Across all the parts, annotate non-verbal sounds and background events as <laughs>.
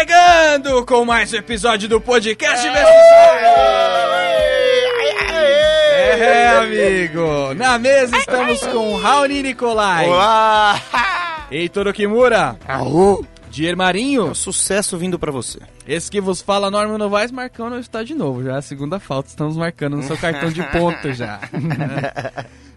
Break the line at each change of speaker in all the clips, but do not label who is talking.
Voltando com mais um episódio do podcast versus. É, amigo. Na mesa estamos com Raoni Nicolai.
Olá!
Heitor Okimura.
Aú!
Dier Marinho.
tá Sucesso vindo pra você.
Esse que vos fala, Norman Novaes, marcando não está de novo. Já é a segunda falta, estamos marcando no seu cartão de ponto já.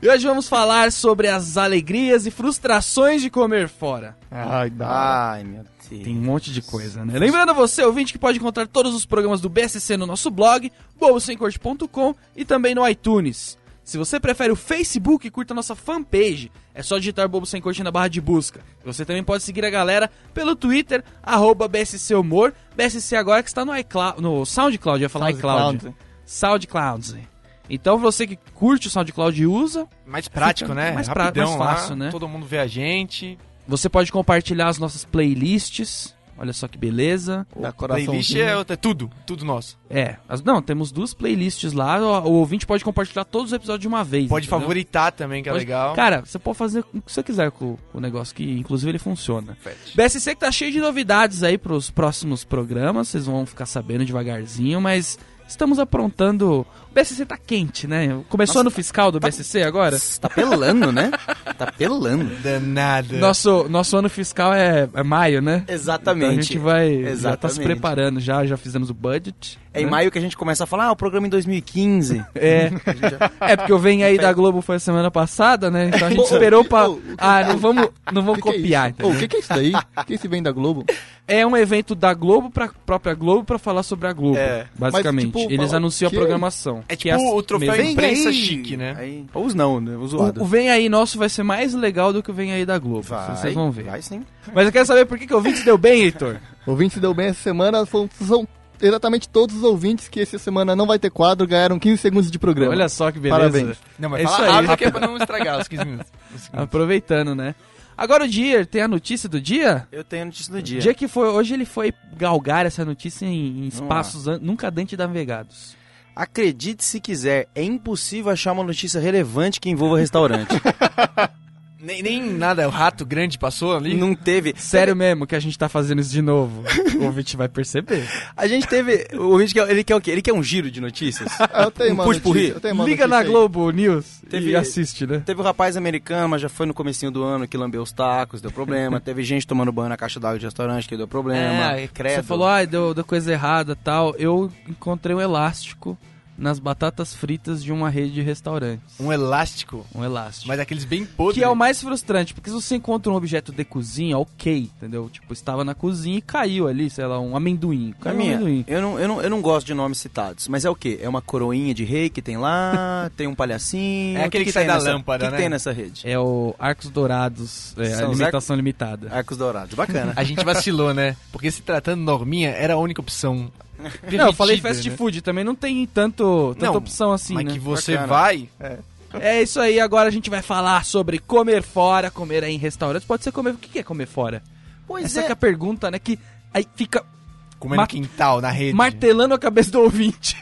e hoje vamos falar sobre as alegrias e frustrações de comer fora.
Ai, dá.
Ai, meu Deus.
Tem um monte de coisa, né? Lembrando a você, ouvinte, que pode encontrar todos os programas do BSC no nosso blog, bobosemcorte.com e também no iTunes. Se você prefere o Facebook, curta a nossa fanpage. É só digitar Bobo Sem Corte na barra de busca. Você também pode seguir a galera pelo Twitter, arroba BSC Humor, BSC agora que está no, iCloud, no SoundCloud, eu ia falar
SoundCloud.
iCloud. SoundCloud. Então você que curte o SoundCloud e usa,
Mais prático, né?
mais pra- mais
Rapidão
fácil,
lá,
né?
Todo mundo vê a gente.
você pode compartilhar as nossas playlists. Olha só que beleza.
Da Playlist é, outra- é tudo, tudo nosso.
É, as- não, temos duas playlists lá. O, o ouvinte pode compartilhar todos os episódios de uma vez.
Pode
entendeu?
favoritar também, que é
Pode-
legal.
Cara, você pode fazer o que você quiser com com o negócio, que inclusive ele funciona. BSC que tá cheio de novidades aí pros próximos programas, vocês vão ficar sabendo devagarzinho, mas estamos aprontando. O BSC tá quente, né? Começou ano fiscal do BSC agora?
Tá pelando, né? Tá
Então
pelando.
Danada.
Nosso, nosso ano fiscal é, é maio, né? Então a
Exatamente.
gente vai já tá se
Exatamente.
preparando, já, já fizemos o budget.
É em
né?
maio que a gente começa a falar, ah, o programa em 2015.
<laughs>
É. é, porque o Vem Aí da Globo foi a semana passada, né? Então a gente
Ô,
esperou pra.
ô, o que-
Ah, não vamos, não vamos
Que que é
copiar.
isso?
entendeu?
Ô, O que, que é isso daí? O que é esse vem da Globo?
É um evento da Globo pra própria Globo pra falar sobre a Globo.
É.
Basicamente.
Mas, tipo,
Eles
fala-
anunciam
que-
a programação.
É
que
tipo
as
o troféu
mesmas-
imprensa chique, né?
Aí- Ou os não, né? Os zoados.
O, o Vem Aí nosso vai ser mais legal do que o Vem Aí da Globo.
Vai,
vocês vão ver.
Vai sim.
Mas eu quero saber por que, que o ouvinte deu bem, Heitor.
Ouvintes deu bem essa semana, são, são exatamente todos os ouvintes que essa semana não vai ter quadro, ganharam 15 segundos de programa.
Olha só que beleza.
Parabéns.
Não, mas
É
fala
isso aí.
rápido que é pra não estragar os 15 minutos. Os 15 minutos.
Aproveitando, né? Agora o Dier, tem a notícia do dia?
Eu tenho a notícia do
O
dia.
dia que foi, hoje ele foi galgar essa notícia em, em espaços an- nunca antes navegados.
Acredite se quiser, é impossível achar uma notícia relevante que envolva restaurante.
<laughs> Nem, nem nada, o rato grande passou ali.
Não teve.
Sério mesmo que a gente tá fazendo isso de novo? <laughs> o ouvinte vai perceber.
A gente teve. O ouvinte quer, ele quer o quê? Ele quer um giro de notícias.
Ah, eu tenho
Um
uma
putpurri.
notícia, eu tenho uma
Liga na
notícia aí.
Globo News
Teve-
e assiste, né?
Teve o rapaz americano, mas já foi no comecinho do ano que lambeu os tacos, deu problema. Teve gente tomando banho na caixa d'água de restaurante que deu problema.
É, credo.
Você falou, ah, deu, deu coisa errada tal. Eu encontrei um elástico nas batatas fritas de uma rede de restaurantes.
Um elástico,
Um elástico.
mas aqueles bem podres.
que é o mais frustrante, porque se você encontra um objeto de cozinha, ok, entendeu? Tipo, estava na cozinha e caiu ali, sei lá, um amendoim. Caiu um
Caminha,
amendoim.
eu não, eu, não, eu não gosto de nomes citados, mas é o quê? É uma coroinha de rei que tem lá, tem um palhacinho.
É
o
aquele que
tem
sai da
nessa- O que
lâmpada,
que
né?
tem nessa rede?
É o Arcos Dourados, é,
São os
alimentação limitada.
Arcos É Dourados,
<laughs>
bacana.
<laughs> A gente vacilou, né? Porque se tratando de norminha, era a única opção.
Não, eu falei
permitida,
fast
né?
food, também não tem tanto, tanta
Não,
opção assim,
Mas
né?
que você
Bacana.
vai.
É isso aí, agora a gente vai falar sobre comer fora, comer aí em restaurantes. Pode ser comer. O que que é comer fora?
Pois
Essa
é.
que é a pergunta, né? Que aí fica
Comendo
Ma-
quintal na rede.
martelando a cabeça
<laughs>
do ouvinte.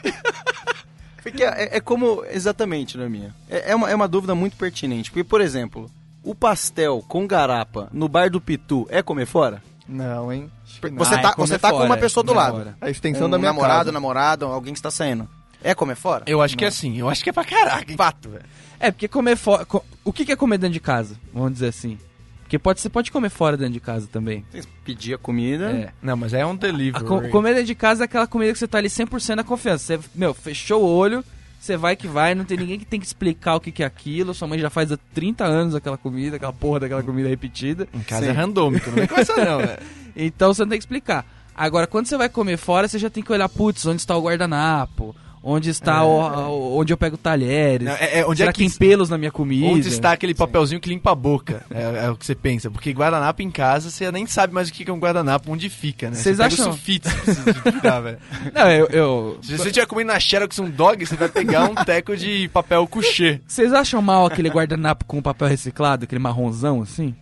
Porque é, é como. Exatamente, não é minha? É, é uma, é uma dúvida muito pertinente. Porque, por exemplo, o pastel com garapa no bar do Pitu é comer fora?
Não, hein? Acho que não.
Você
Ah,
tá,
é comer
você tá com
fora,
uma
é
pessoa do
comer
lado.
fora.
A extensão
um
da minha
namorado,
casa.
namorado, alguém que está saindo. É comer fora?
Eu acho que é assim, eu acho que é pra caraca. Pato, velho.
É, porque comer fora. co- O que que é comer dentro de casa? Vamos dizer assim. Porque pode, você pode comer fora dentro de casa também.
Pedir a comida.
É.
Não, mas é um
A
delivery.
co- comer dentro de casa é aquela comida que você tá ali 100% na confiança. Você, meu, fechou o olho, você vai que vai, não tem ninguém que tem que explicar o que que é aquilo. Sua mãe já faz há 30 anos aquela comida, aquela porra daquela comida repetida.
Em casa
Sim.
é randômico, não vem com essa não, né?
<laughs>
velho.
Então você não tem que explicar. Agora, quando você vai comer fora, você já tem que olhar, putz, onde está o guardanapo? Onde está o, o- onde eu pego talheres?
É. Não, é- é, onde
Será
é
que é tem
que...
pelos na minha comida?
Onde está aquele papelzinho que limpa a boca? É, é o que você pensa. Porque guardanapo em casa, você nem sabe mais o que que é um guardanapo, onde fica, né?
Vocês
Você pega
acham?
o sulfite, se precisa de cuidar, velho.
Não, eu, eu-
Se você estiver comendo na Xerox um dog, você vai pegar um teco de papel couchê.
Vocês acham mal aquele guardanapo com papel reciclado, aquele marronzão assim?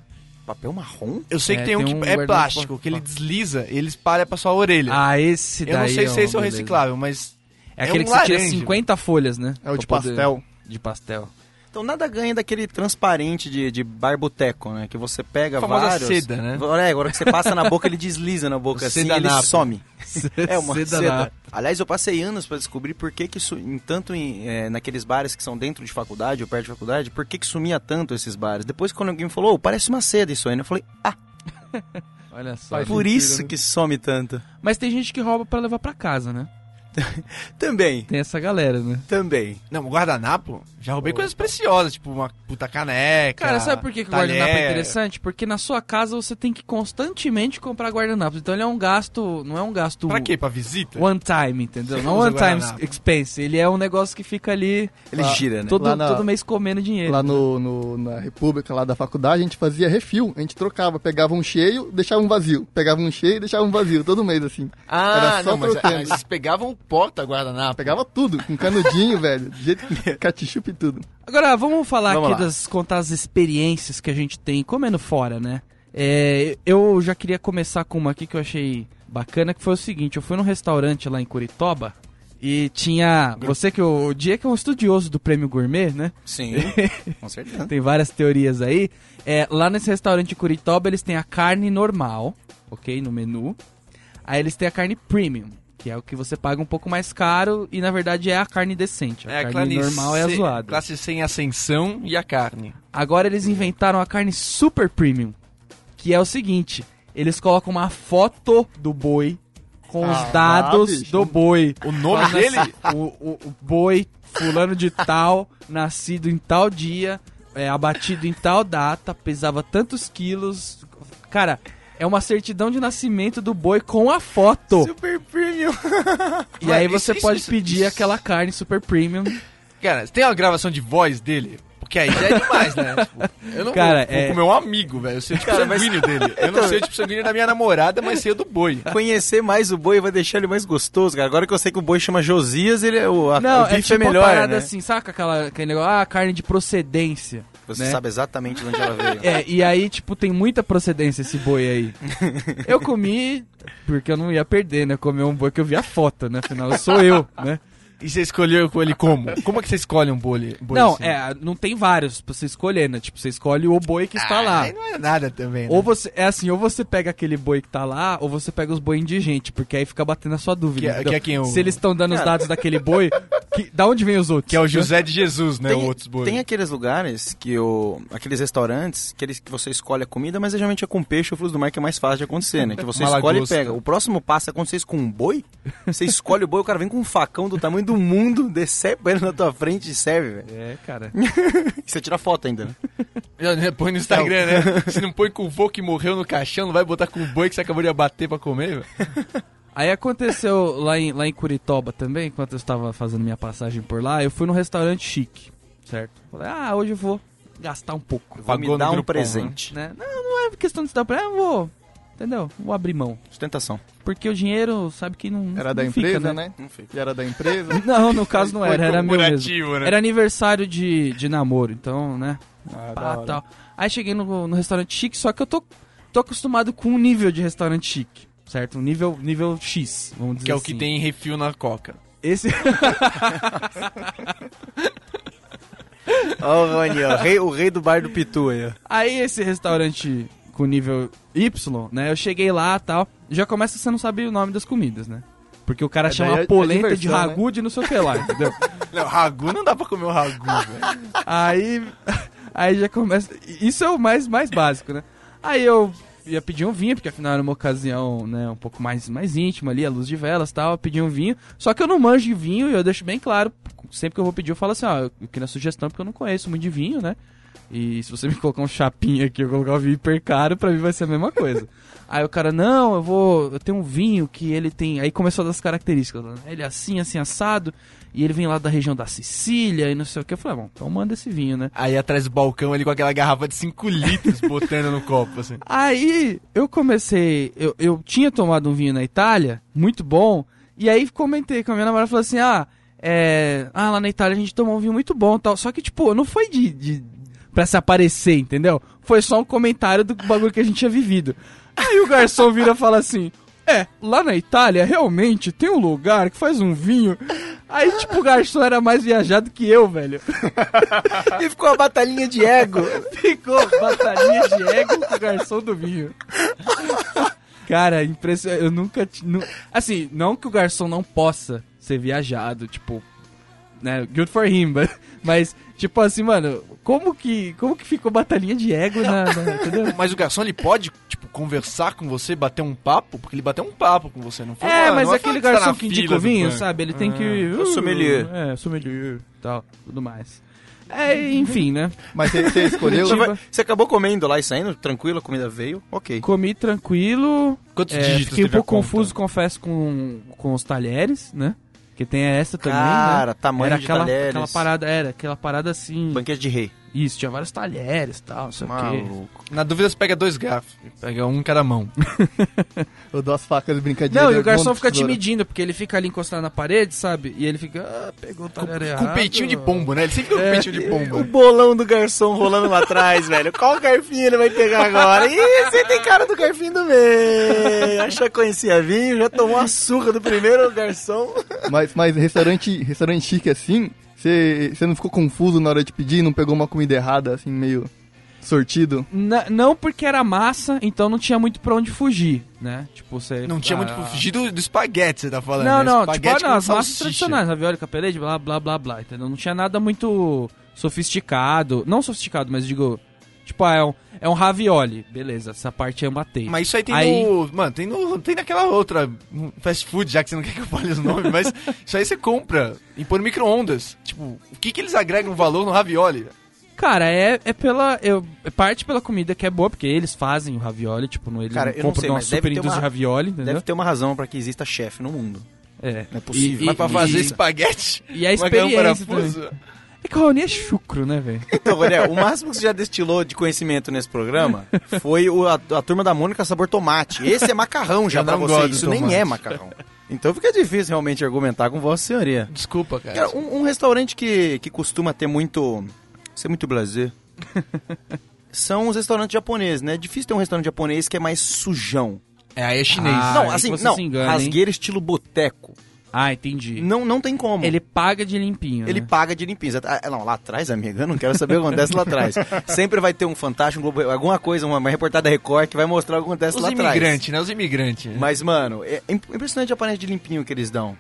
Papel marrom?
Eu sei que
É,
tem, um
tem
que
um
é
guardanapo
plástico,
pra-
que ele desliza e ele espalha pra sua orelha.
Ah, esse daí.
Eu não sei
é
se esse é
uma
o
beleza.
reciclável, mas
É
É
aquele
um
que você tira
laranja.
50 folhas, né?
É o de
Pra poder-
pastel.
<laughs> De pastel.
Então nada ganha daquele transparente de, de barboteco, né? Que você pega
A famosa
vários.
seda, né?
É, agora que você passa na boca, ele desliza na boca assim e
Seda
ele
napa.
some. É uma
Seda
seda.
napa.
Aliás, eu passei anos pra descobrir por que que isso, em tanto em, eh, naqueles bares que são dentro de faculdade ou perto de faculdade, por que que sumia tanto esses bares. Depois quando alguém me falou, "Ô, parece uma seda isso aí, né? Eu falei, ah,
Olha só.
Faz
gente.
por
sentido,
isso
né?
que some tanto.
Mas tem gente que rouba pra levar pra casa, né?
Também,
Tem essa galera, né?
também.
Não, o guardanapo, já roubei coisas preciosas, tipo uma puta caneca.
Cara, sabe por que, que o
Ah, talher.
guardanapo é interessante? Porque na sua casa você tem que constantemente comprar guardanapos. Então ele é um gasto, não é um gasto
Pra quê? Pra visita?
one time, entendeu?
Você
Não
usa
one time
guardanapo.
expense. Ele é um negócio que fica ali
Ele
Ah,
gira, né?
todo,
Lá na-
todo mês comendo dinheiro.
Lá no, no- na República, lá da faculdade, a gente fazia refil. A gente trocava, pegava um cheio, deixava um vazio. Pegava um cheio e deixava um vazio, todo mês assim.
Ah,
Era só
não, mas
trocando.
ah, eles pegavam o porta guardanapo.
Pegava tudo, com canudinho, <laughs> velho. De jeito que catichup e tudo.
Agora, vamos falar
Vamos
aqui
lá.
das contar as experiências que a gente tem comendo fora, né? É, eu já queria começar com uma aqui que eu achei bacana, que foi o seguinte, eu fui num restaurante lá em Curitiba e tinha. Você que o dia que é um estudioso do prêmio gourmet, né?
Sim, <laughs> com certeza.
Tem várias teorias aí. É, lá nesse restaurante de Curitiba, eles têm a carne normal, ok? No menu. Aí eles têm a carne premium, que é o que você paga um pouco mais caro e na verdade é a carne decente. A carne normal é a
C-
zoada.
Classe sem ascensão e a carne.
Agora eles inventaram a carne super premium, que é o seguinte: eles colocam uma foto do boi com
Ah,
os dados
bicho.
do boi. assim,
O nome dele?
O, o- o boi fulano de tal, nascido em tal dia, é, abatido em tal data, pesava tantos quilos. Cara, é uma certidão de nascimento do boi com a foto.
Super premium.
e
Mano,
aí
isso-
você
isso-
pode
isso-
pedir
isso-
aquela carne super premium.
Cara, tem uma gravação de voz dele? Porque aí já é demais, né? Tipo, eu não
Cara,
vou,
é-
vou com meu amigo, velho. Eu sei o tipo
Cara, mas-
sanguíneo dele. Eu não sei o tipo sanguíneo da minha namorada, mas sei o do boi.
Conhecer mais o boi vai deixar ele mais gostoso, cara. Agora que eu sei que o boi chama Josias, ele é o, a,
Não,
o bife
é
é,
tipo uma
melhor,
parada
né?
assim, saca aquela, aquele negócio, ah, carne de procedência.
Você
né?
sabe exatamente de onde ela veio.
É, e aí, tipo, tem muita procedência esse boi aí. Eu comi porque eu não ia perder, né? Comer um boi que eu vi a foto, né? Afinal, sou eu, né?
E você escolheu ele como? Como é que você escolhe um boi? <laughs> boi
não,
assim?
é, não tem vários pra você escolher, né? Tipo, você escolhe o boi que está
Ah,
lá.
aí não é nada também, né?
Ou você, é assim, ou você pega aquele boi que tá lá, ou você pega os boi indigente, porque aí fica batendo a sua dúvida.
Que é-
entendeu?
que é quem o-
Se eles estão dando os dados daquele boi, que, da onde vem os outros?
Que é o
né?
José de Jesus, né?
Tem,
o outro boi.
tem aqueles lugares que o. aqueles restaurantes que, eles, que você escolhe a comida, mas geralmente é com peixe ou frutos do mar que é mais fácil de acontecer, né? Que você
Uma
escolhe
lagosta.
e pega. O próximo passo é quando você com um boi, você escolhe o boi, o cara vem com um facão do tamanho do mundo, <laughs> decepa ele na tua frente e serve, velho.
É, cara.
E você tira foto ainda, né?
Já Põe no Instagram,
Então.
né? Se não põe com o vô que morreu no caixão, não vai botar com o boi que você acabou de abater pra comer, velho?
Aí aconteceu lá em, lá em Curitiba também, enquanto eu estava fazendo minha passagem por lá, eu fui num restaurante chique, certo? Falei, ah, hoje eu vou gastar um pouco,
Vou
Pagou
me
no
dar um
Groupon,
presente.
né? Não, não é questão de se dar pra... Eu vou, entendeu? Vou abrir mão.
Sustentação.
Porque o dinheiro, sabe que não
Era da
não fica,
empresa, né?
Não fica.
E era da empresa.
<laughs> Não, no caso não
Foi
era, era meu mesmo.
comemorativo, né?
Era aniversário de, de namoro, então, né?
Ah,
Pá,
da hora.
tal. Aí cheguei no, no restaurante chique, só que eu tô, tô acostumado com um nível de restaurante chique, certo? Um nível, nível X, vamos dizer
Que é o
assim.
que tem refil na coca.
Esse...
Ó, o Rony, ó, rei- o rei do bar do Pitu aí, ó.
Aí esse restaurante com nível Y, né? Eu cheguei lá tal. Já começa você não sabe o nome das comidas, né? Porque o cara
É,
chama
daí é- é
polenta de
diversão,
ragu de não sei o que lá, entendeu?
Não, ragu não dá pra comer o ragu, velho.
aí. <laughs> Aí já começa. Isso é o mais, mais básico, né? Aí eu ia pedir um vinho, porque afinal era uma ocasião, né, um pouco mais, mais íntima ali, a luz de velas e tal, eu pedi um vinho. Só que eu não manjo de vinho e eu deixo bem claro, sempre que eu vou pedir, eu falo assim, ó, eu queria sugestão porque eu não conheço muito de vinho, né? E se você me colocar um chapinha aqui, eu colocar um vinho hiper caro, pra mim vai ser a mesma coisa. aí o cara, não, eu vou. Eu tenho um vinho que ele tem. Aí começou das características, né? Ele é assim, assim, assado, e ele vem lá da região da Sicília e não sei o que. Eu falei, ah, bom, então manda esse vinho, né?
Aí atrás do balcão ele com aquela garrafa de 5 litros botando no copo, assim.
Aí eu comecei, eu, eu tinha tomado um vinho na Itália, muito bom, e aí comentei com a minha namorada, falou assim, ah, é, ah, lá na Itália a gente tomou um vinho muito bom e tal, só que tipo, não foi de, de pra se aparecer, entendeu? Foi só um comentário do bagulho que a gente tinha vivido. Aí o garçom vira e fala assim, é, lá na Itália realmente tem um lugar que faz um vinho. Aí, tipo, o garçom era mais viajado que eu, velho.
E ficou uma batalhinha de ego.
Ficou batalhinha de ego com o garçom do vinho. Cara, impressionante. Eu nunca. ti- nu- Assim, não que o garçom não possa ser viajado, tipo. Né, good for him, but- mas, tipo assim, mano, como que, como que ficou batalhinha de ego na. na- entendeu?
Mas o garçom, ele pode, tipo, conversar com você, bater um papo? Porque ele bateu um papo com você, não foi?
É,
Ah,
mas
não
aquele
falar tá
garçom
na
que
fila
indica o
do
vinho,
banco. É, um
sabe? Ele tem que.
o sommelier.
É, sommelier tal, tudo mais. É, enfim, né?
Mas você, você escolheu.
<laughs>
Você, vai- você acabou comendo lá e saindo, tranquilo, a comida veio, ok.
Comi tranquilo.
Quantos
é,
dígitos
fiquei um
teve a
pouco
conta?
confuso, confesso, com, com os talheres, né? Que tem essa também, né?
Cara, tamanho
Era
de
aquela,
talheres.
aquela parada, era aquela parada assim.
Banquete de rei.
Isso, tinha vários talheres e tal, não sei o quê.
Maluco.
Na dúvida, você pega dois garfos. Pega um em cada mão.
Eu dou as facas brincadinhas.
Não, e
eu
o garçom
monto
fica te
tesoura.
medindo, porque ele fica ali encostado na parede, sabe? E ele fica, ah, pegou o talher
Com
errado.
um peitinho de pombo, né? Ele sempre tem um
É.
peitinho de
O
pombo.
bolão do garçom rolando lá atrás, velho. Qual garfinho ele vai pegar agora? Ih, você tem cara do garfinho do meio. Acho que conhecia vinho, já tomou a surra do primeiro garçom.
Mas, mas restaurante, restaurante chique assim, você, você não ficou confuso na hora de pedir, não pegou uma comida errada, assim, meio sortido?
Na- não porque era massa, então não tinha muito pra onde fugir, né? Tipo, você.
Não tinha muito
Ah,
pra fugir do, do espaguete, você tá falando.
Não,
né?
não, tipo,
espaguete
ah, não,
com
as massas
salsicha.
tradicionais, ravioli, capelete, blá, blá, blá, blá, entendeu? Não tinha nada muito sofisticado, não sofisticado, mas digo, tipo, ah, é um, é um ravioli, beleza, essa parte eu matei.
Mas isso aí tem
Aí-
no. Mano, tem no. Tem naquela outra. no Fast food, já que você não <laughs> quer que eu fale os nomes, mas isso aí você compra e põe no micro-ondas. Tipo, o que que eles agregam valor no ravioli?
Cara, é, é pela, eu, é parte pela comida que é boa, porque eles fazem o ravioli, tipo, no, eles
Cara, eu não
compram
sei,
uma
mas deve
super
ter
indústria de
uma-
ravioli, entendeu?
Deve ter uma razão pra que exista chefe no mundo.
É.
Não é possível.
E-
Mas pra
e-
fazer
e-
espaguete.
E a
vai ganhar um
experiência
parafuso.
também. É que o Raoni é chucro, né,
<laughs>
velho?
Então, Daniel, o máximo que você já destilou de conhecimento nesse programa foi o- a, a turma da Mônica Sabor Tomate. Esse é macarrão já
Eu
pra
não
você.
gosto de
Isso nem
tomate.
é macarrão. Então fica difícil realmente argumentar com Vossa Senhoria.
Desculpa, cara.
Cara, um, um restaurante que, que costuma ter muito. ser muito
<laughs>
blazer. são os restaurantes japoneses, né? É difícil ter um restaurante japonês que é mais sujão.
É, aí é chinês.
Ah,
não,
aí
assim,
você
não.
se engana,
rasgueira estilo boteco.
Ah, entendi.
Não, não tem como.
Ele paga de limpinho,
Ele
né?
paga de limpeza. Ah, não, lá atrás, amiga, eu não quero saber o que acontece lá atrás.
<laughs>
Sempre vai ter um fantástico, um Globo, alguma coisa, uma, uma reportada da Record que vai mostrar o que acontece
Os
lá atrás.
imigrantes, né? Os imigrantes. Mas,
Mas, mano, é imp- impressionante a panela de limpinho que eles dão.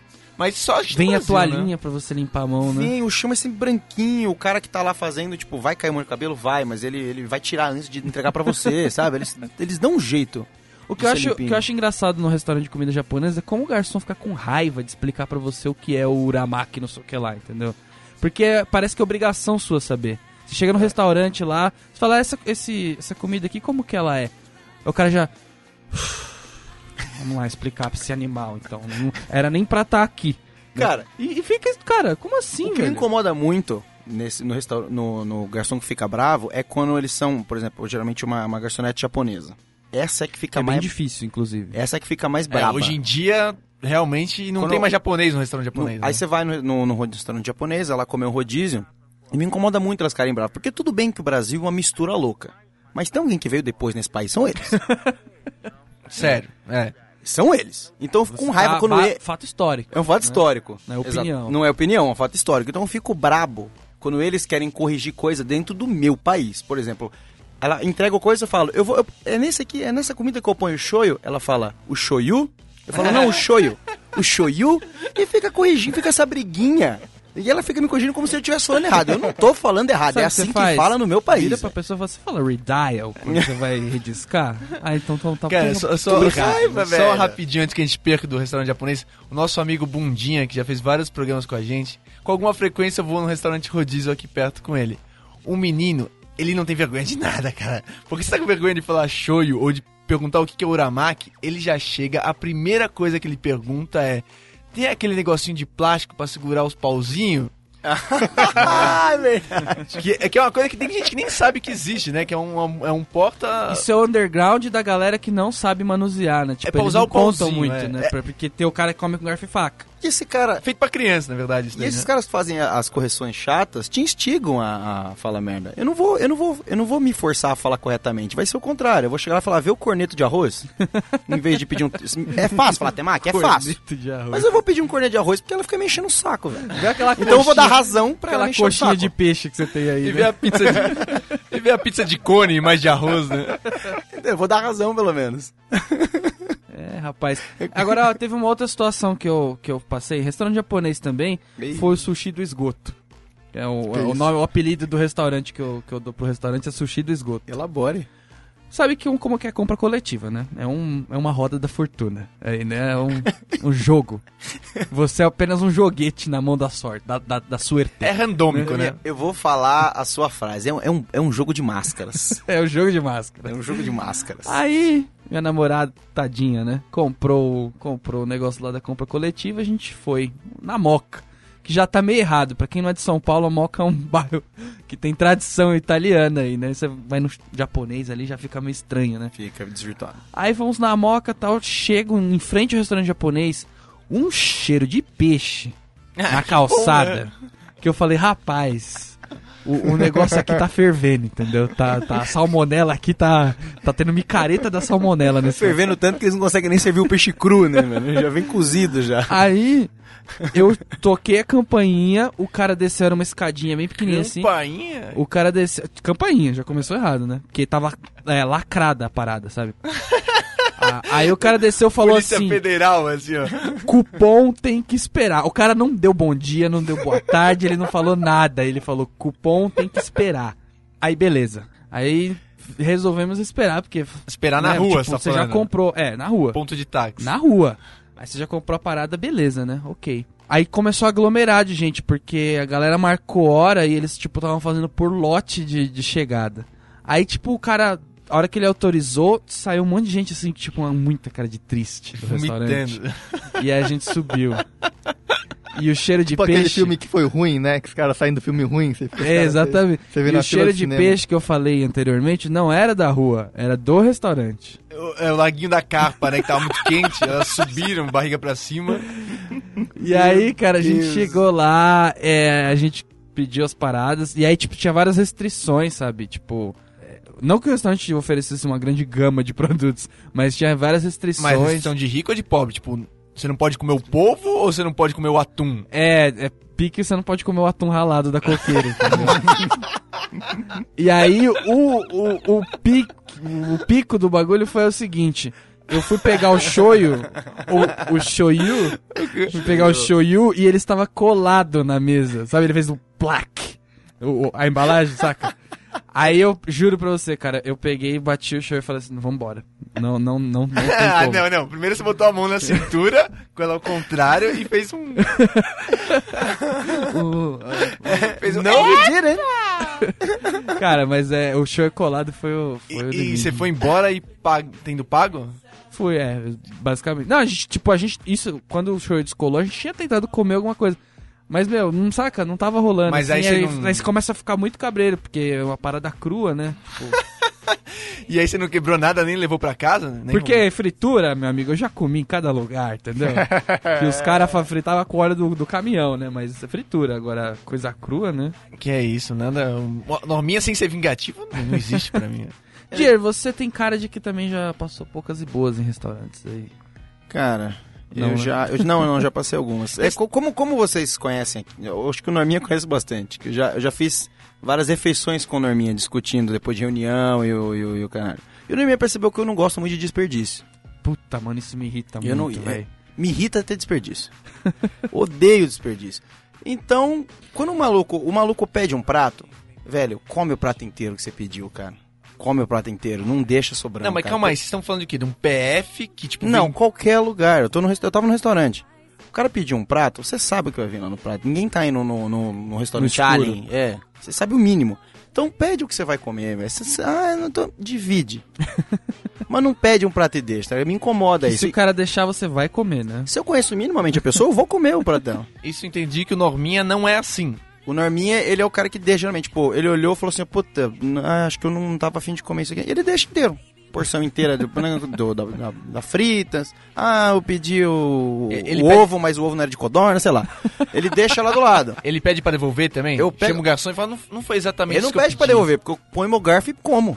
só acho que
Vem
no
a
Brasil, né?
toalhinha pra você limpar a mão, né?
Sim, o chão é sempre branquinho, o cara que tá lá fazendo, tipo, vai cair mão no cabelo? Vai, mas ele, ele vai tirar antes de entregar pra
<laughs>
você, sabe? Eles, eles dão um jeito.
O
é
que, eu
de ser
acho,
é limpinho.
que eu acho engraçado no restaurante de comida japonesa é como o garçom fica com raiva de explicar pra você o que é o uramaki, não sei o que lá, entendeu? Porque parece que é obrigação sua saber. Você chega
É.
no restaurante lá, você fala, "Ah, essa, esse- essa comida aqui, como que ela é? Aí o cara já. Vamos lá explicar pra esse animal, então. Não era nem pra estar aqui. né?
Cara,
E, e fica. Cara, como assim,
o que me
velho?
incomoda muito nesse, no, restaur- no, no garçom que fica bravo é quando eles são, por exemplo, geralmente uma, uma garçonete japonesa. Essa é que fica
É bem
mais
difícil, inclusive.
Essa é que fica mais
É,
brava.
hoje em dia, realmente, não
Quando-
tem mais japonês no restaurante
No-
japonês. né?
aí você vai no, no, no restaurante japonês, ela comeu um rodízio, e me incomoda muito elas ficarem bravas, porque tudo bem que o Brasil é uma mistura louca, mas tem alguém que veio depois nesse país, são eles.
Sério, é.
são eles. Então eu fico com raiva
Fa-
quando...
fa-
e-
Ah, Fato histórico.
É um fato histórico.
tá Não é
Exato.
opinião.
Não é opinião, é um fato histórico. Então eu fico brabo quando eles querem corrigir coisa dentro do meu país. Por exemplo, ela entrega coisa eu falo, eu vou. eu- é nesse aqui, é nessa comida que eu ponho o shoyu? Ela fala, o shoyu? Eu falo, não, o shoyu. O shoyu? E fica corrigindo, fica essa briguinha. E ela fica me corrigindo como se eu estivesse falando errado. Eu não tô falando errado,
Sabe
é
o você
assim que
faz?
fala no meu país.
Vira pra pessoa e fala, você fala redial quando você vai rediscar? Ah, então tá, tá
Cara,
tudo-
só, só,
tudo errado.
só
velho.
rapidinho antes que a gente perca do restaurante japonês. O nosso amigo Bundinha, que já fez vários programas com a gente, com alguma frequência eu vou no restaurante rodízio aqui perto com ele. O menino, ele não tem vergonha de nada, cara. Porque você tá com vergonha de falar shoyu ou de perguntar o que que é uramaki, ele já chega, a primeira coisa que ele pergunta é: tem aquele negocinho de plástico pra segurar os pauzinhos?
Ai, verdade.
Que, é que é uma coisa que tem gente que nem sabe que existe, né? Que é um, é um porta.
Isso é o underground da galera que não sabe manusear, né? Tipo,
pra
eles
usar
não
o
contam
pãozinho,
muito,
é.
né? Pra- Porque tem o cara que come com garfo e faca.
que esse cara.
Feito pra criança, na verdade, isso
E
daí,
esses
né?
caras que fazem a- as correções chatas te instigam a, a falar merda. Eu não vou, eu não vou, eu não vou me forçar a falar corretamente. Vai ser o contrário. Eu vou chegar lá e falar, "Ah, vê o corneto de arroz. <laughs> em vez de pedir um. É fácil falar temaki, é
né?
fácil.
De arroz.
Mas eu vou pedir um corneto de arroz porque ela fica me enchendo o saco, velho.
Vê aquela
Então eu vou dar
coxinha-
razão pra ela
Aquela
me encher o saco.
coxinha de peixe que você tem aí,
E ver
né?
a pizza de... e ver a pizza de cone, mais de arroz, né?
Eu vou dar razão, pelo menos.
É, rapaz. Agora, ó, teve uma outra situação que eu, que eu passei. Restaurante japonês também.
Ih.
Foi o sushi do esgoto. É o,
Que
é o
isso?
nome, o apelido do restaurante que eu, que eu dou pro restaurante é sushi do esgoto.
Elabore.
Sabe que um como que é compra coletiva, né? É, um, é uma roda da fortuna. Aí, né? É um, um jogo. Você é apenas um joguete na mão da sorte, da, da, da suerte.
É randômico, né?
Eu vou falar a sua frase. É um, é um, é um jogo de máscaras.
É o jogo de máscara.
é um jogo de máscaras.
Aí, minha namorada, tadinha, né? Comprou, comprou o negócio lá da compra coletiva, a gente foi na Moca. Que já tá meio errado. Pra quem não é de São Paulo, a Moca é um <laughs> bairro que tem tradição italiana aí, né? Você vai no japonês ali, já fica meio estranho, né?
Fica desvirtuado.
Aí vamos na Moca tal, chego em frente ao restaurante japonês, um cheiro de peixe na calçada. Que eu falei, rapaz, o, o negócio aqui tá fervendo, entendeu? Tá, tá, a salmonela aqui tá, tá tendo micareta da salmonela
<laughs>
nesse
Fervendo tanto que eles não conseguem nem servir o peixe cru, né, mano? Já vem cozido já.
Aí eu toquei a campainha, o cara desceu, era uma escadinha bem
Um
pequenininha assim.
Campainha?
O cara desceu. Campainha, já começou errado, né? Porque tava é, lacrada a parada, sabe? Ah, Aí o cara desceu e falou
Polícia
assim.
Federal, assim, ó.
Cupom tem que esperar. O cara não deu bom dia, não deu boa tarde, ele não falou nada. Ele falou cupom tem que esperar. Aí beleza. Aí resolvemos esperar, porque.
Esperar Tá na
né,
rua,
tipo,
só
Você já comprou. É, na rua.
Ponto de táxi.
Na rua. Aí você já comprou a parada, beleza, né? Ok. Aí começou a aglomerar de gente, porque a galera marcou hora e eles, tipo, estavam fazendo por lote de, de chegada. Aí, tipo, o cara, a hora que ele autorizou, saiu um monte de gente, assim, tipo, uma muita cara de triste do restaurante.
Vomitando.
E aí a gente subiu. E o cheiro de
Tipo aquele
peixe.
filme que foi ruim, né? Que os caras saem do filme ruim. Você fica,
É, exatamente.
Você vê
e
na
o
fila
cheiro
do
de
cinema.
peixe que eu falei anteriormente não era da rua, era do restaurante.
O, é, o laguinho da carpa, né? Que tava muito quente. Elas subiram, barriga pra cima.
E aí, cara, a gente chegou lá, é, a gente pediu as paradas, e aí, tipo, tinha várias restrições, sabe? Tipo. é, Não que o restaurante oferecesse uma grande gama de <laughs> produtos, mas tinha várias
Mas
restrições.
são de rico ou de pobre? Tipo, você não pode comer o polvo ou você não pode comer o atum?
É, é pique você não pode comer o atum ralado da coqueira. entendeu? e aí, o, o, o, pique, o pico do bagulho foi o seguinte. Eu fui pegar o shoyu, o, o shoyu, fui pegar o shoyu e ele estava colado na mesa, sabe? Ele fez um plaque, o- o- a embalagem, saca? Aí eu juro pra você, cara, eu peguei, bati o shoyu e falei assim, vambora. Não, não, não, não tem
<laughs> Ah,
como.
não, não. Primeiro você botou a mão na cintura, com ela ao contrário, e fez um.
O-
Fez um
Não me direi.
cara, mas é, o shoyu colado foi o, foi
E,
o
e
limite.
você foi embora e pag... tendo pago?
Fui, é, basicamente. Não, a gente, tipo, a gente, isso, quando o show descolou, a gente tinha tentado comer alguma coisa. Mas, meu, não saca, não tava rolando. assim,
Mas aí você não-
aí você começa a ficar muito cabreiro, porque é uma parada crua, né? Tipo,
E aí você não quebrou nada, nem levou pra casa? Nem
porque fritura, meu amigo, eu já comi em cada lugar,
<laughs>
entendeu? que os caras fa- fritavam com óleo do, do caminhão, né? Mas é fritura, agora, coisa crua, né?
Que é isso, nada. um- Norminha sem ser vingativa não não existe pra mim.
Dier, você tem cara de que também já passou poucas e boas em restaurantes aí.
Cara,
Não,
eu
né?
já. eu- não, não, já passei algumas. É, co- como, como vocês conhecem? Eu acho que o Norminha conhece bastante. que Eu já, eu já fiz várias refeições com o Norminha, discutindo depois de reunião e o, e o, e o caralho. E o Norminha percebeu que eu não gosto muito de desperdício.
Puta, mano, isso me irrita
Eu não
muito,
ia.
velho.
Me irrita ter desperdício. <laughs> Odeio desperdício. Então, quando o maluco, o maluco pede um prato, velho, come o prato inteiro que você pediu, cara. Come o prato inteiro, não deixa sobrando.
<laughs> Não, mas
cara.
calma aí, vocês estão falando de quê? De um PF que, tipo.
Não,
vem-
qualquer lugar. Eu, tô no, resta- eu tava no restaurante. O cara pediu um prato, você sabe o que vai vir lá no prato. Ninguém tá indo no, no, no restaurante
No escuro.
Alien. É. Você sabe o mínimo. Então pede o que você vai comer, velho. Você sa- Ah, eu não tô...
<laughs>
Divide. mas não pede um prato e deixa, tá? Me
é,
incomoda
Se
isso.
o cara deixar, você vai comer, né?
Se eu conheço minimamente a pessoa, eu vou comer o pratão.
Isso eu entendi que o Norminha não é assim.
O Norminha, ele é o cara que deixa, geralmente, pô, ele olhou e falou assim, puta, n- ah, acho que eu não tava afim de comer isso aqui. Ele deixa inteiro. porção inteira do, né, <laughs> do- da, da- da fritas. Ah, eu pedi o,
Ele
o
pede-
ovo, mas o ovo não era de codorna, sei lá. Ele deixa lá do lado.
Ele pede pra devolver também?
Eu pego-
Chama o garçom e fala, não, não foi exatamente
Ele não
isso que eu
pede pra
pedi."
devolver, porque eu ponho meu garfo e como.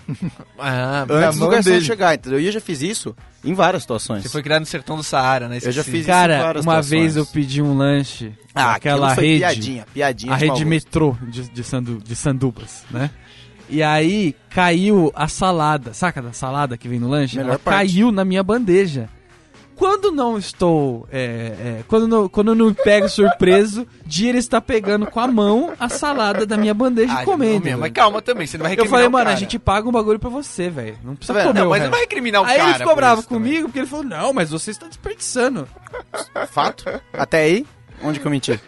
Ah,
Na
Antes do
mão
garçom
dele.
chegar, entendeu? E eu já fiz isso em várias situações.
você foi criado no sertão do Saara, né?
Eu já
Esqueci.
fiz isso em
Cara,
várias
uma
situações.
vez eu pedi um lanche
Ah, aquilo
naquela
foi
rede.
piadinha, piadinha.
a
de
rede
mau gosto.
metrô de, de, Sandu- de Sandubas, né? E aí caiu a salada, saca da salada que vem no lanche?
Melhor
Ela
parte.
caiu na minha bandeja. Quando não estou. é, é, quando, não, quando eu não pego surpreso, Dira está pegando com a mão a salada da minha bandeja e
Ah, não
comendo.
mesmo, Mas
velho.
calma também, você não vai
eu
recriminar
falei,
o
mano, a
cara."
gente paga um bagulho pra você, velho. Não precisa
Tá vendo?
comer
Não,
o
mas não
resto."
vai recriminar o
Aí
cara.
ele ficou
por
bravo
isso também.
comigo, porque ele falou, não, mas você está desperdiçando.
É Fato. Até aí, onde que eu menti?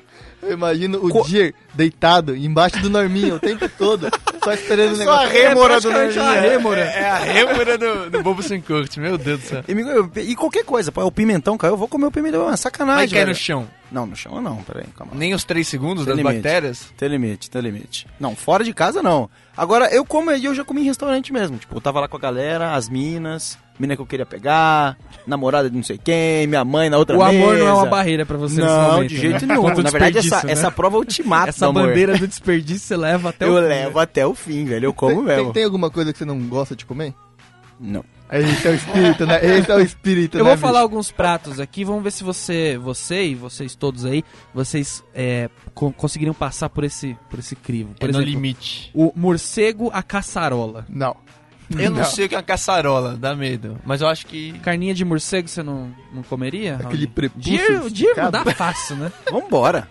Eu imagino o Dir deitado embaixo do Norminha o tempo todo, só esperando o negócio.
rêmora do
praticamente uma
Norminha.
rêmora.
É a rêmora do, do Bobo Sem Corte, meu Deus do céu.
E, me- eu- e qualquer coisa, pô, o pimentão caiu, eu vou comer o pimentão, é sacanagem.
Mas cai no
velho.
chão.
Não, no chão não, peraí, calma.
Nem os 3 segundos
Tem
das
limite.
bactérias.
Tem limite, tem limite. Não, fora de casa não. Agora, eu como e eu já comi em restaurante mesmo. Tipo, eu tava lá com a galera, as minas, mina que eu queria pegar, namorada de não sei quem, minha mãe na outra
O amor não é uma
mesa.
barreira pra você nesse
Não,
momento,
de
né?
jeito nenhum.
Quanto
Na verdade,
desperdício,
essa,
né?
essa prova é ultimata
Essa
do amor.
bandeira do desperdício você leva até
Eu
o fim,
levo
né?
até o fim, velho. Eu como
Tem- tem,
mesmo.
tem alguma coisa que você não gosta de comer?
Não.
Esse é o espírito, né? Esse é o espírito,
Eu
né,
vou
bicho?
falar alguns pratos aqui, vamos ver se você, você e vocês todos aí, vocês é, co- conseguiriram passar por esse, por esse crivo. Por
É no
exemplo,
limite.
o morcego à caçarola.
Não.
Eu não, sei o que é uma caçarola, dá medo. Mas eu acho que.
Carninha de morcego você não, não comeria?
Aquele
Raoni?
prepúcio
Dia, dia não
ficado.
dá
<laughs>
fácil, né?
Vambora.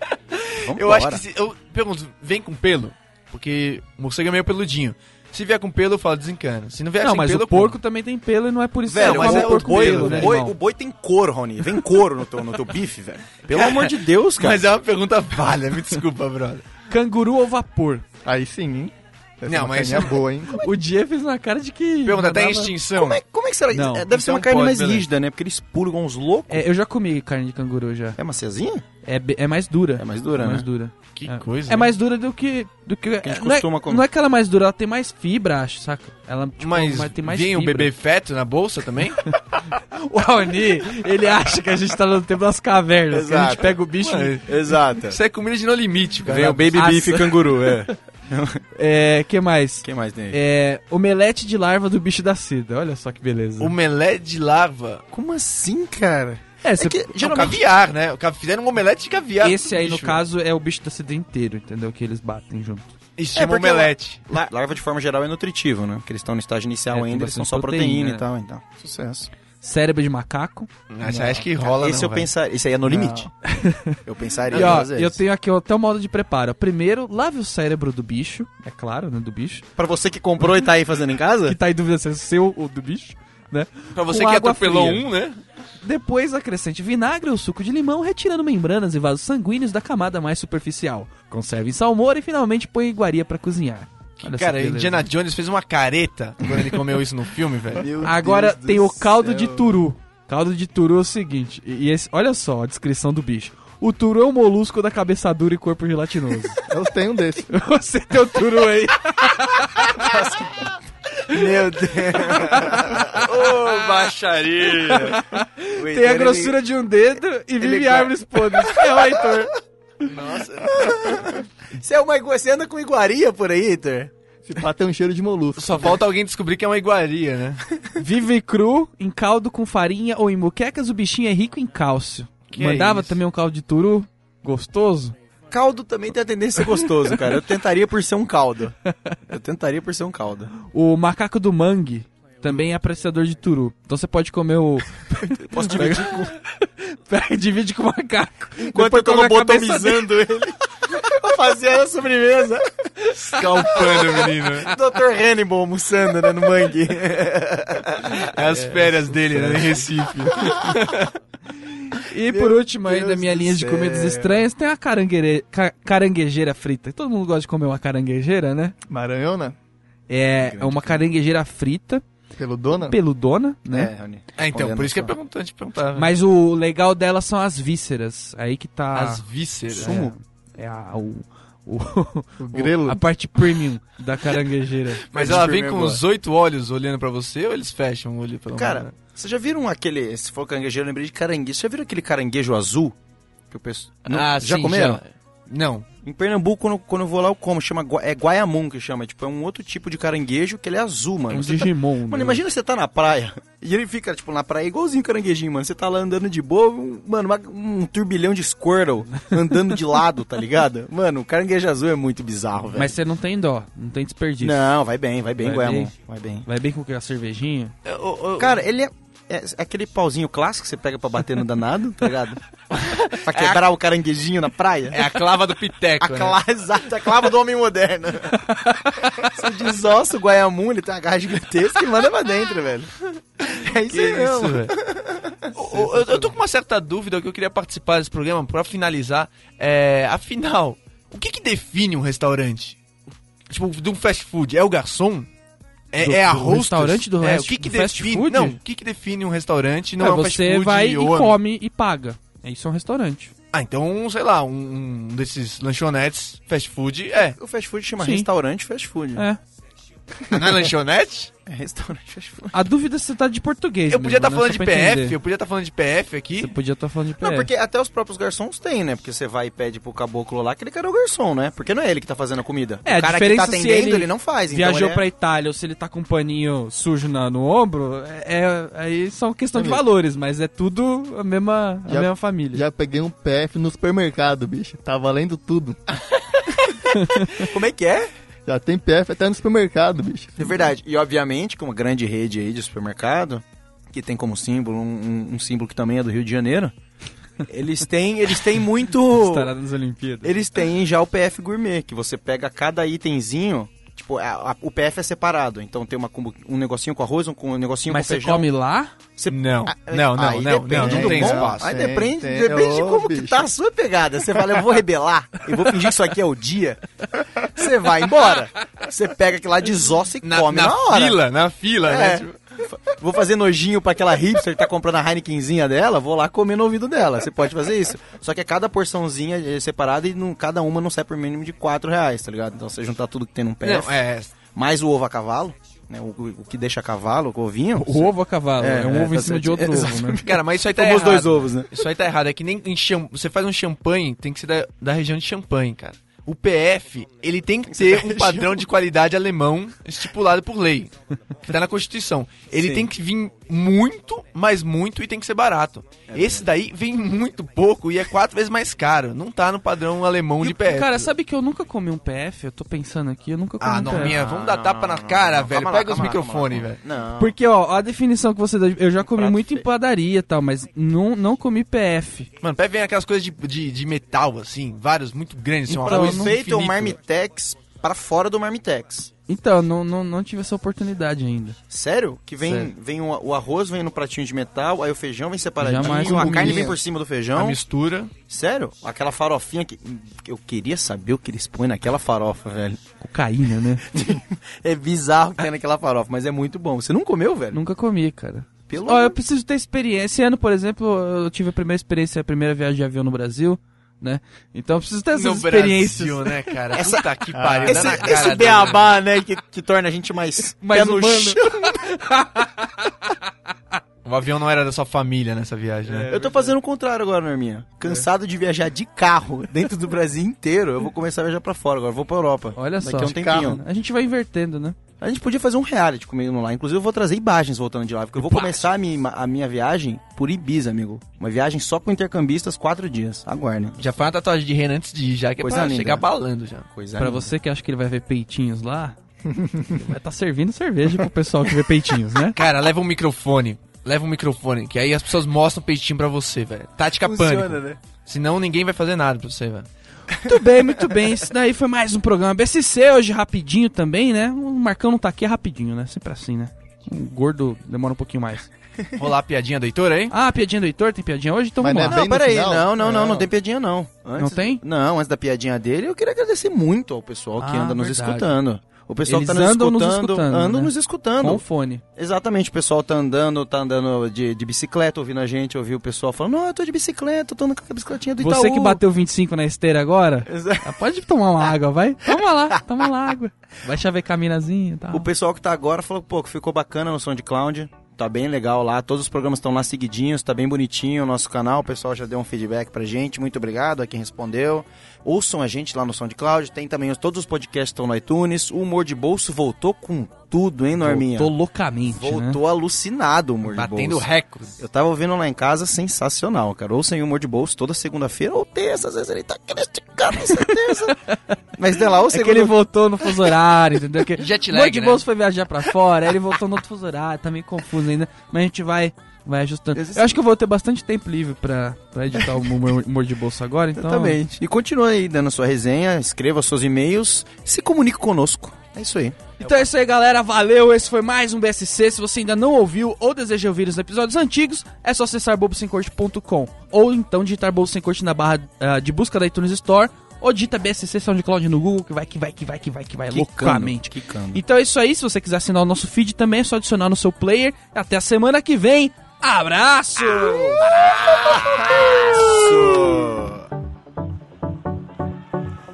Vambora.
Eu acho que. Se, eu pergunto, vem com pelo? Porque o morcego é meio peludinho. Se vier com pelo, eu falo desencana. Se
É,
não vier
Não,
sem
mas
pelo,
o
eu como.
porco também tem pelo e não é por isso
assim, Velho,
que
mas
come
é o
porco
boi,
pelo,
o,
né,
boi,
irmão?
o boi tem couro, Rony. Vem couro no teu, no teu bife, velho. Pelo amor de <laughs> Deus, cara.
Mas é uma pergunta falha, me
<laughs>
desculpa, brother.
Canguru ou vapor?
Aí sim, hein? Essa
Não,
é uma
mas-
carinha boa, hein?
O dia fez uma cara de que...
Pergunta
não
até em
dava-
extinção.
Como é, como é que será?
Não,
É, deve ser uma
então
carne
pode,
mais
beleza.
rígida, né? Porque eles purgam uns loucos.
É, eu já comi carne de canguru já.
É maciazinha?
É, be- é mais dura.
É mais dura,
É mais
né?
dura.
Que
É.
coisa.
É mais dura do que. Do que,
a gente
não, é,
costuma comer.
não é que ela é mais dura, ela tem mais fibra, acho, saca? Ela tipo,
Mas,
mas tem mais
vem um
fibra.
bebê feto na bolsa também?
O Raoni, ele acha que a gente tá no tempo das cavernas. que a gente
Exato.
<laughs> pega o bicho.
<laughs> Exato.
Isso é comida de no limite, cara.
Vem o baby
Aça.
beef canguru, é.
É, que mais?
Quem mais tem aí?
É, omelete de larva do bicho da sida. Olha só que beleza.
Omelete de larva.
Como assim, cara?
É, cê-
que-
É um caviar, né? O ca- Fizeram um omelete de caviar.
esse aí, no
Bicho. né?
caso, é o bicho da sida inteiro, entendeu? Que eles batem junto.
Isso
É,
chama
porque
omelete.
La- Larva, de forma geral, é nutritivo, né? Porque eles estão no estágio inicial
É, tem
ainda, eles são
bastante
só proteína,
proteína,
e tal, então. Sucesso.
Cérebro de macaco.
Ah,
Acho, acho que rola,
esse
não,
eu
velho.
pensar, esse aí é no <laughs> limite. Eu pensaria
E, ó,
às vezes.
eu tenho aqui até o modo de preparo. Primeiro, lave o cérebro do bicho. É claro, né? Do bicho.
Pra você que comprou e tá aí fazendo em casa?
Que tá em dúvida se é seu ou do bicho, né?
Pra você
com
que
água
atropelou
fria.
um, né?
Depois acrescente vinagre ou suco de limão, retirando membranas e vasos sanguíneos da camada mais superficial. Conserve em salmoura e finalmente põe em iguaria pra cozinhar. Olha só
Cara,
que beleza.
Indiana Jones fez uma careta quando ele comeu isso no filme, velho.
Agora tem o caldo de turu. Caldo de turu é o seguinte, e e esse- olha só a descrição do bicho. O turu é um molusco da cabeça dura e corpo gelatinoso. <laughs>
Eu tenho um desse.
Você tem o turu aí.
<laughs> Meu Deus.
Ô, baixaria!
Tem a grossura de um dedo e vive em árvores podres. É o Heitor.
Você, é uma, igua- você anda com iguaria por aí, Heitor?
Se pá, tem um cheiro de molusco.
Só falta alguém descobrir que é uma iguaria, né?
<laughs> Vive cru, em caldo com farinha ou em muquecas, o bichinho é rico em cálcio.
Que
Mandava
isso?
também um caldo de turu, gostoso.
Caldo também tem a tendência a ser gostoso, cara. Eu tentaria por ser um caldo. Eu tentaria por ser um caldo.
O macaco do mangue também é apreciador de turu. Então você pode comer <laughs> o...
<laughs> Posso <laughs> dividir com...
Pega, Divide com o macaco.
Enquanto
Depois
eu tô
come a cabeça dele.
lobotomizando <laughs> ele. pra fazer a sobremesa.
Escalpando, menino.
Dr. Hannibal almoçando, né, no mangue.
É as férias dele, né? Em Recife.
E por último aí da
Deus
minha
do
linha de
céu.
comidas estranhas, tem a carangueire... ca- caranguejeira frita. Todo mundo gosta de comer uma caranguejeira, né?
Maranhona,
É, é uma caranguejeira frita,
pelo dona.
peludona, né?
Rony.
É, então, por isso que é
Condenação.
perguntante perguntar. velho.
<laughs> Mas o legal dela são as vísceras. Aí que tá...
né? As vísceras.
É, é a- o, o, o-
grelo.
a parte premium da caranguejeira.
Mas
Mas
ela
de
vem
primeiro
com
boa.
os oito olhos olhando pra você ou eles fecham o olho pelo
Cara, vocês já viram aquele. Se for caranguejo, eu lembrei de caranguejo. Vocês já viram aquele caranguejo azul? Que o pessoal. Não,
Ah,
já comeram?
é um
Não.
Em Pernambuco, quando, quando eu vou lá, eu como. Chama, gua- é guaiamum que chama. Tipo, é um outro tipo de caranguejo que ele é azul,
É
mano.
um
Você tá-
Digimon.
Mano,
né?
imagina você tá na praia e ele fica, tipo, na praia igualzinho o caranguejinho, mano. Você tá lá andando de boa, um- mano, uma- um turbilhão de Squirtle andando de lado, tá
<laughs>
ligado? Mano, o caranguejo azul é muito bizarro, velho.
Mas você não tem dó, não tem desperdício.
Não, vai bem, vai bem,
Vai
Guaiamum.
bem?
Vai bem.
Vai bem com a cervejinha?
Cara, ele é, é aquele pauzinho clássico que você pega pra bater no danado, tá ligado? pra quebrar o caranguejinho na praia.
É a clava do Piteco.
<laughs> A clava, exato, a clava do homem moderno. Você desossa o Guaiamum, ele tem uma garra gigantesca e manda pra dentro, velho. <laughs> É isso aí mesmo.
<laughs> Eu, eu- eu tô com uma certa dúvida que eu queria participar desse programa pra finalizar. É, afinal, o que, que define um restaurante? Tipo, de um fast food? É o garçom? É,
Do-
é a
do
hostess?
restaurante do
é,
res-
o que que
do fast
define,
food?
Não, o que, que define um restaurante? Não
Cara,
é um fast
Ah, você
food
vai e
ou-
come e paga. É Isso é um restaurante.
Ah, então, sei lá, um, um desses lanchonetes fast food é.
O fast food chama
Sim.
restaurante fast food.
É.
Não
<laughs>
é lanchonete?
É restaurante fast food.
A dúvida é se você tá de português.
Eu podia
estar
estar falando de PF, eu podia estar falando de PF aqui.
Você podia estar falando de PF.
Não, porque até os próprios garçons têm, né? Porque você vai e pede pro caboclo lá, aquele cara é o garçon, né? Porque não é ele que tá fazendo a comida.
É, a
o cara que tá
diferença se
atendendo,
ele
ele, não faz.
Viajou
então
pra
ele
Itália ou se ele tá com um paninho sujo na- no ombro, é, é- aí são questão de valores, mas é tudo a mesma, a
Já-
mesma família.
Já peguei um PF no supermercado, bicho. Tá valendo tudo.
é... Como é que é?
Já tem PF até no supermercado, bicho.
É verdade. E obviamente, com uma grande rede aí de supermercado, que tem como símbolo um, um- um símbolo que também é do Rio de Janeiro, eles têm, eles têm <laughs> muito.
Estará nas Olimpíadas.
Eles têm já o PF Gourmet, que você pega cada itemzinho. Tipo, a- a- o PF é separado. Então tem uma, combo- um negocinho com arroz, um, com- um negocinho
Mas
com
você
feijão.
come lá?
Você-
Não,
Ah,
não, não,
aí
não, não,
depende
não
do
tem
bom,
espaço. É,
Aí
Tem,
depende,
tem.
depende de
Ô,
como que
bicho.
tá a sua pegada. Você fala, eu vou rebelar, eu vou fingir que isso aqui é o dia. Você vai embora. Você pega aquilo lá, desossa e
Na,
come na,
na
hora.
fila, na fila, né?
É.
Tipo,
Vou fazer nojinho pra aquela hipster que tá comprando a Heinekenzinha dela, vou lá comer no ouvido dela. Você pode fazer isso. Só que é cada porçãozinha é separada e não- cada uma não sai por mínimo de 4 reais, tá ligado? Então você juntar tudo que tem num pé,
não, é,
mais o ovo a cavalo, né? O, o que deixa a cavalo, o ovinho.
O ovo a cavalo. É, um
é,
ovo em
tá
cima de
certo.
outro
<laughs> É,
ovo, né?
Cara, mas isso aí tá
Tomou os
errado.
dois ovos, né?
Isso aí tá errado. É que nem em cham- você faz um champanhe, tem que ser da, da região de champanhe, cara. O PF, ele tem que ter um padrão de qualidade alemão estipulado por lei, que tá na Constituição. Ele tem que vir muito, mas muito, e tem que ser barato.
É
Esse daí vem muito pouco e é quatro vezes mais caro. Não tá no padrão
Um
alemão de PF.
Cara, sabe que eu nunca comi um PF? Eu tô pensando aqui, eu nunca comi
ah,
um PF.
Norminha, vamos dar tapa na cara, velho.
Calma lá,
Pega os
calma lá,
microfones,
calma
velho.
lá, calma lá. Não.
Porque, ó, a definição que você deu, eu já comi
Prato
muito em
feio.
padaria e tal, mas não, não comi PF.
Mano, PF vem aquelas coisas de, de, de metal, assim, vários, muito grandes. Assim,
Então,
um
Pra
eu
o
arroz
não
efeito é o
infinito.
marmitex pra fora do marmitex.
Então, não, não, não tive essa oportunidade ainda.
Sério? Que vem,
Sério.
vem o, o arroz vem no pratinho de metal, aí o feijão vem
Jamais
separadinho, a
comi.
carne vem por cima do
A
feijão.
mistura.
Sério? Aquela farofinha que. Eu queria saber o que eles põem naquela farofa, velho. <laughs>
Cocaína, né?
É bizarro o que tem naquela farofa, mas é muito bom. Você não comeu, velho?
Nunca comi, cara.
Pelo
Ó,
amor-
eu preciso ter experiência. Esse ano, por exemplo, eu tive a primeira experiência, a primeira viagem de avião no Brasil, né? Então eu preciso ter essas
no
experiências.
Brasil, né, cara?
Essa-
Puta que pariu. dá
Esse,
na cara
esse
dele.
beabá, né, que, que torna a gente mais,
<laughs> Mais
pé no
humano.
chão.
O avião não era da sua família nessa viagem, né?
eu tô fazendo o contrário agora, Norminha. Cansado de viajar de carro dentro do Brasil inteiro, eu vou começar a viajar pra fora agora. Vou pra Europa.
Olha
Daqui
só.
a um
De né?
tempinho.
carro.
A gente vai invertendo, né?
A gente podia fazer um reality comigo lá. Inclusive, eu vou trazer imagens voltando de lá, porque eu vou começar a minha, a minha viagem por Ibiza, amigo. Uma viagem só com intercambistas, quatro dias. Aguardem.
Já faz uma tatuagem de Renan antes de ir, já que
Coisa
é pra
linda. né?
chegar balando já.
Coisa
Pra você que acha que ele vai ver peitinhos
<laughs>
lá, ele vai tá servindo cerveja pro pessoal que vê peitinhos, né?
Cara, leva um microfone. Leva um microfone, que aí as pessoas mostram o peitinho pra você, velho. Tática pânico.
né?
Senão ninguém vai fazer nada pra você, velho.
Muito bem, muito bem. Isso daí foi mais um programa BSC, hoje rapidinho também, né? O Marcão não tá aqui é rapidinho, né? Sempre assim, né? Um gordo demora um pouquinho mais.
Rolar a piadinha do Heitor aí?
Ah, piadinha do Heitor, tem piadinha hoje? Então
Mas
vamos
não é
lá.
bem
Não,
no
peraí.
final? É.
Não, não, não, não
Não.
tem piadinha, não. Antes-
Não tem?
Não, antes da piadinha dele, eu queria agradecer muito ao pessoal que
Ah,
anda nos
verdade.
escutando. O pessoal
Eles
tá nos
andam nos
escutando,
escutando,
andam
né?
nos escutando.
Com fone.
Exatamente, o pessoal tá andando, tá andando de, de bicicleta, ouvindo a gente, ouviu o pessoal falando, não, eu tô de bicicleta, eu tô andando com a bicicletinha do
Você
Itaú.
que bateu 25 na esteira agora,
Exa-
ah, pode tomar uma
<laughs>
água, vai. Toma lá, toma lá água. Vai chavecar a minazinha e tal.
O pessoal que tá agora falou, pô, que ficou bacana no SoundCloud, tá bem legal lá, todos os programas estão lá seguidinhos, tá bem bonitinho o nosso canal, o pessoal já deu um feedback pra gente, muito obrigado a quem respondeu. Ouçam a gente lá no SoundCloud, tem também os- todos os podcasts estão no iTunes, o Humor de Bolso voltou com tudo, hein, Norminha?
Voltou loucamente, né?
Voltou alucinado o Humor de
Batendo
Bolso.
recordes.
Eu tava ouvindo lá em casa, sensacional, cara. Ou sem humor de bolso toda segunda-feira, ou terça, às vezes ele tá criticando, com
<laughs>
certeza. Mas de lá, ou
É que ele
segunda...
voltou no fuso horário, entendeu? Que
Jet
o Mãe
lag,
de
né?
Bolso foi viajar pra fora, aí ele voltou no outro fuso horário, tá meio confuso ainda. Mas a gente vai, vai ajustando.
Existe-
Eu acho que eu vou ter bastante tempo livre pra, pra editar o humor, humor de bolso agora, então.
Exatamente. E continua aí dando sua resenha, escreva seus e-mails, se comunique conosco. É isso aí.
Então é isso aí, galera. Valeu. Esse foi mais um BSC. Se você ainda não ouviu ou deseja ouvir os episódios antigos, é só acessar bobosemcorte.com ou então digitar Bobo Sem Corte na barra ah, de busca da iTunes Store ou digita BSC SoundCloud no Google, que vai, que vai, que vai, que vai, que vai É loucamente.
Quicando.
Então é isso aí. Se você quiser assinar o nosso feed também, é só adicionar no seu player. Até a semana que vem. Abraço!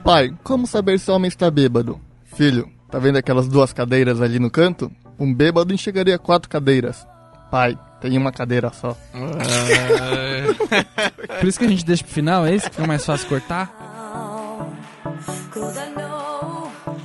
Pai, como saber se o homem está bêbado? Filho, tá vendo aquelas duas cadeiras ali no canto? Um bêbado enxergaria quatro cadeiras. Pai, tem uma cadeira só.
Por isso que a gente deixa pro final, é isso? Que fica mais fácil cortar.
Cause I know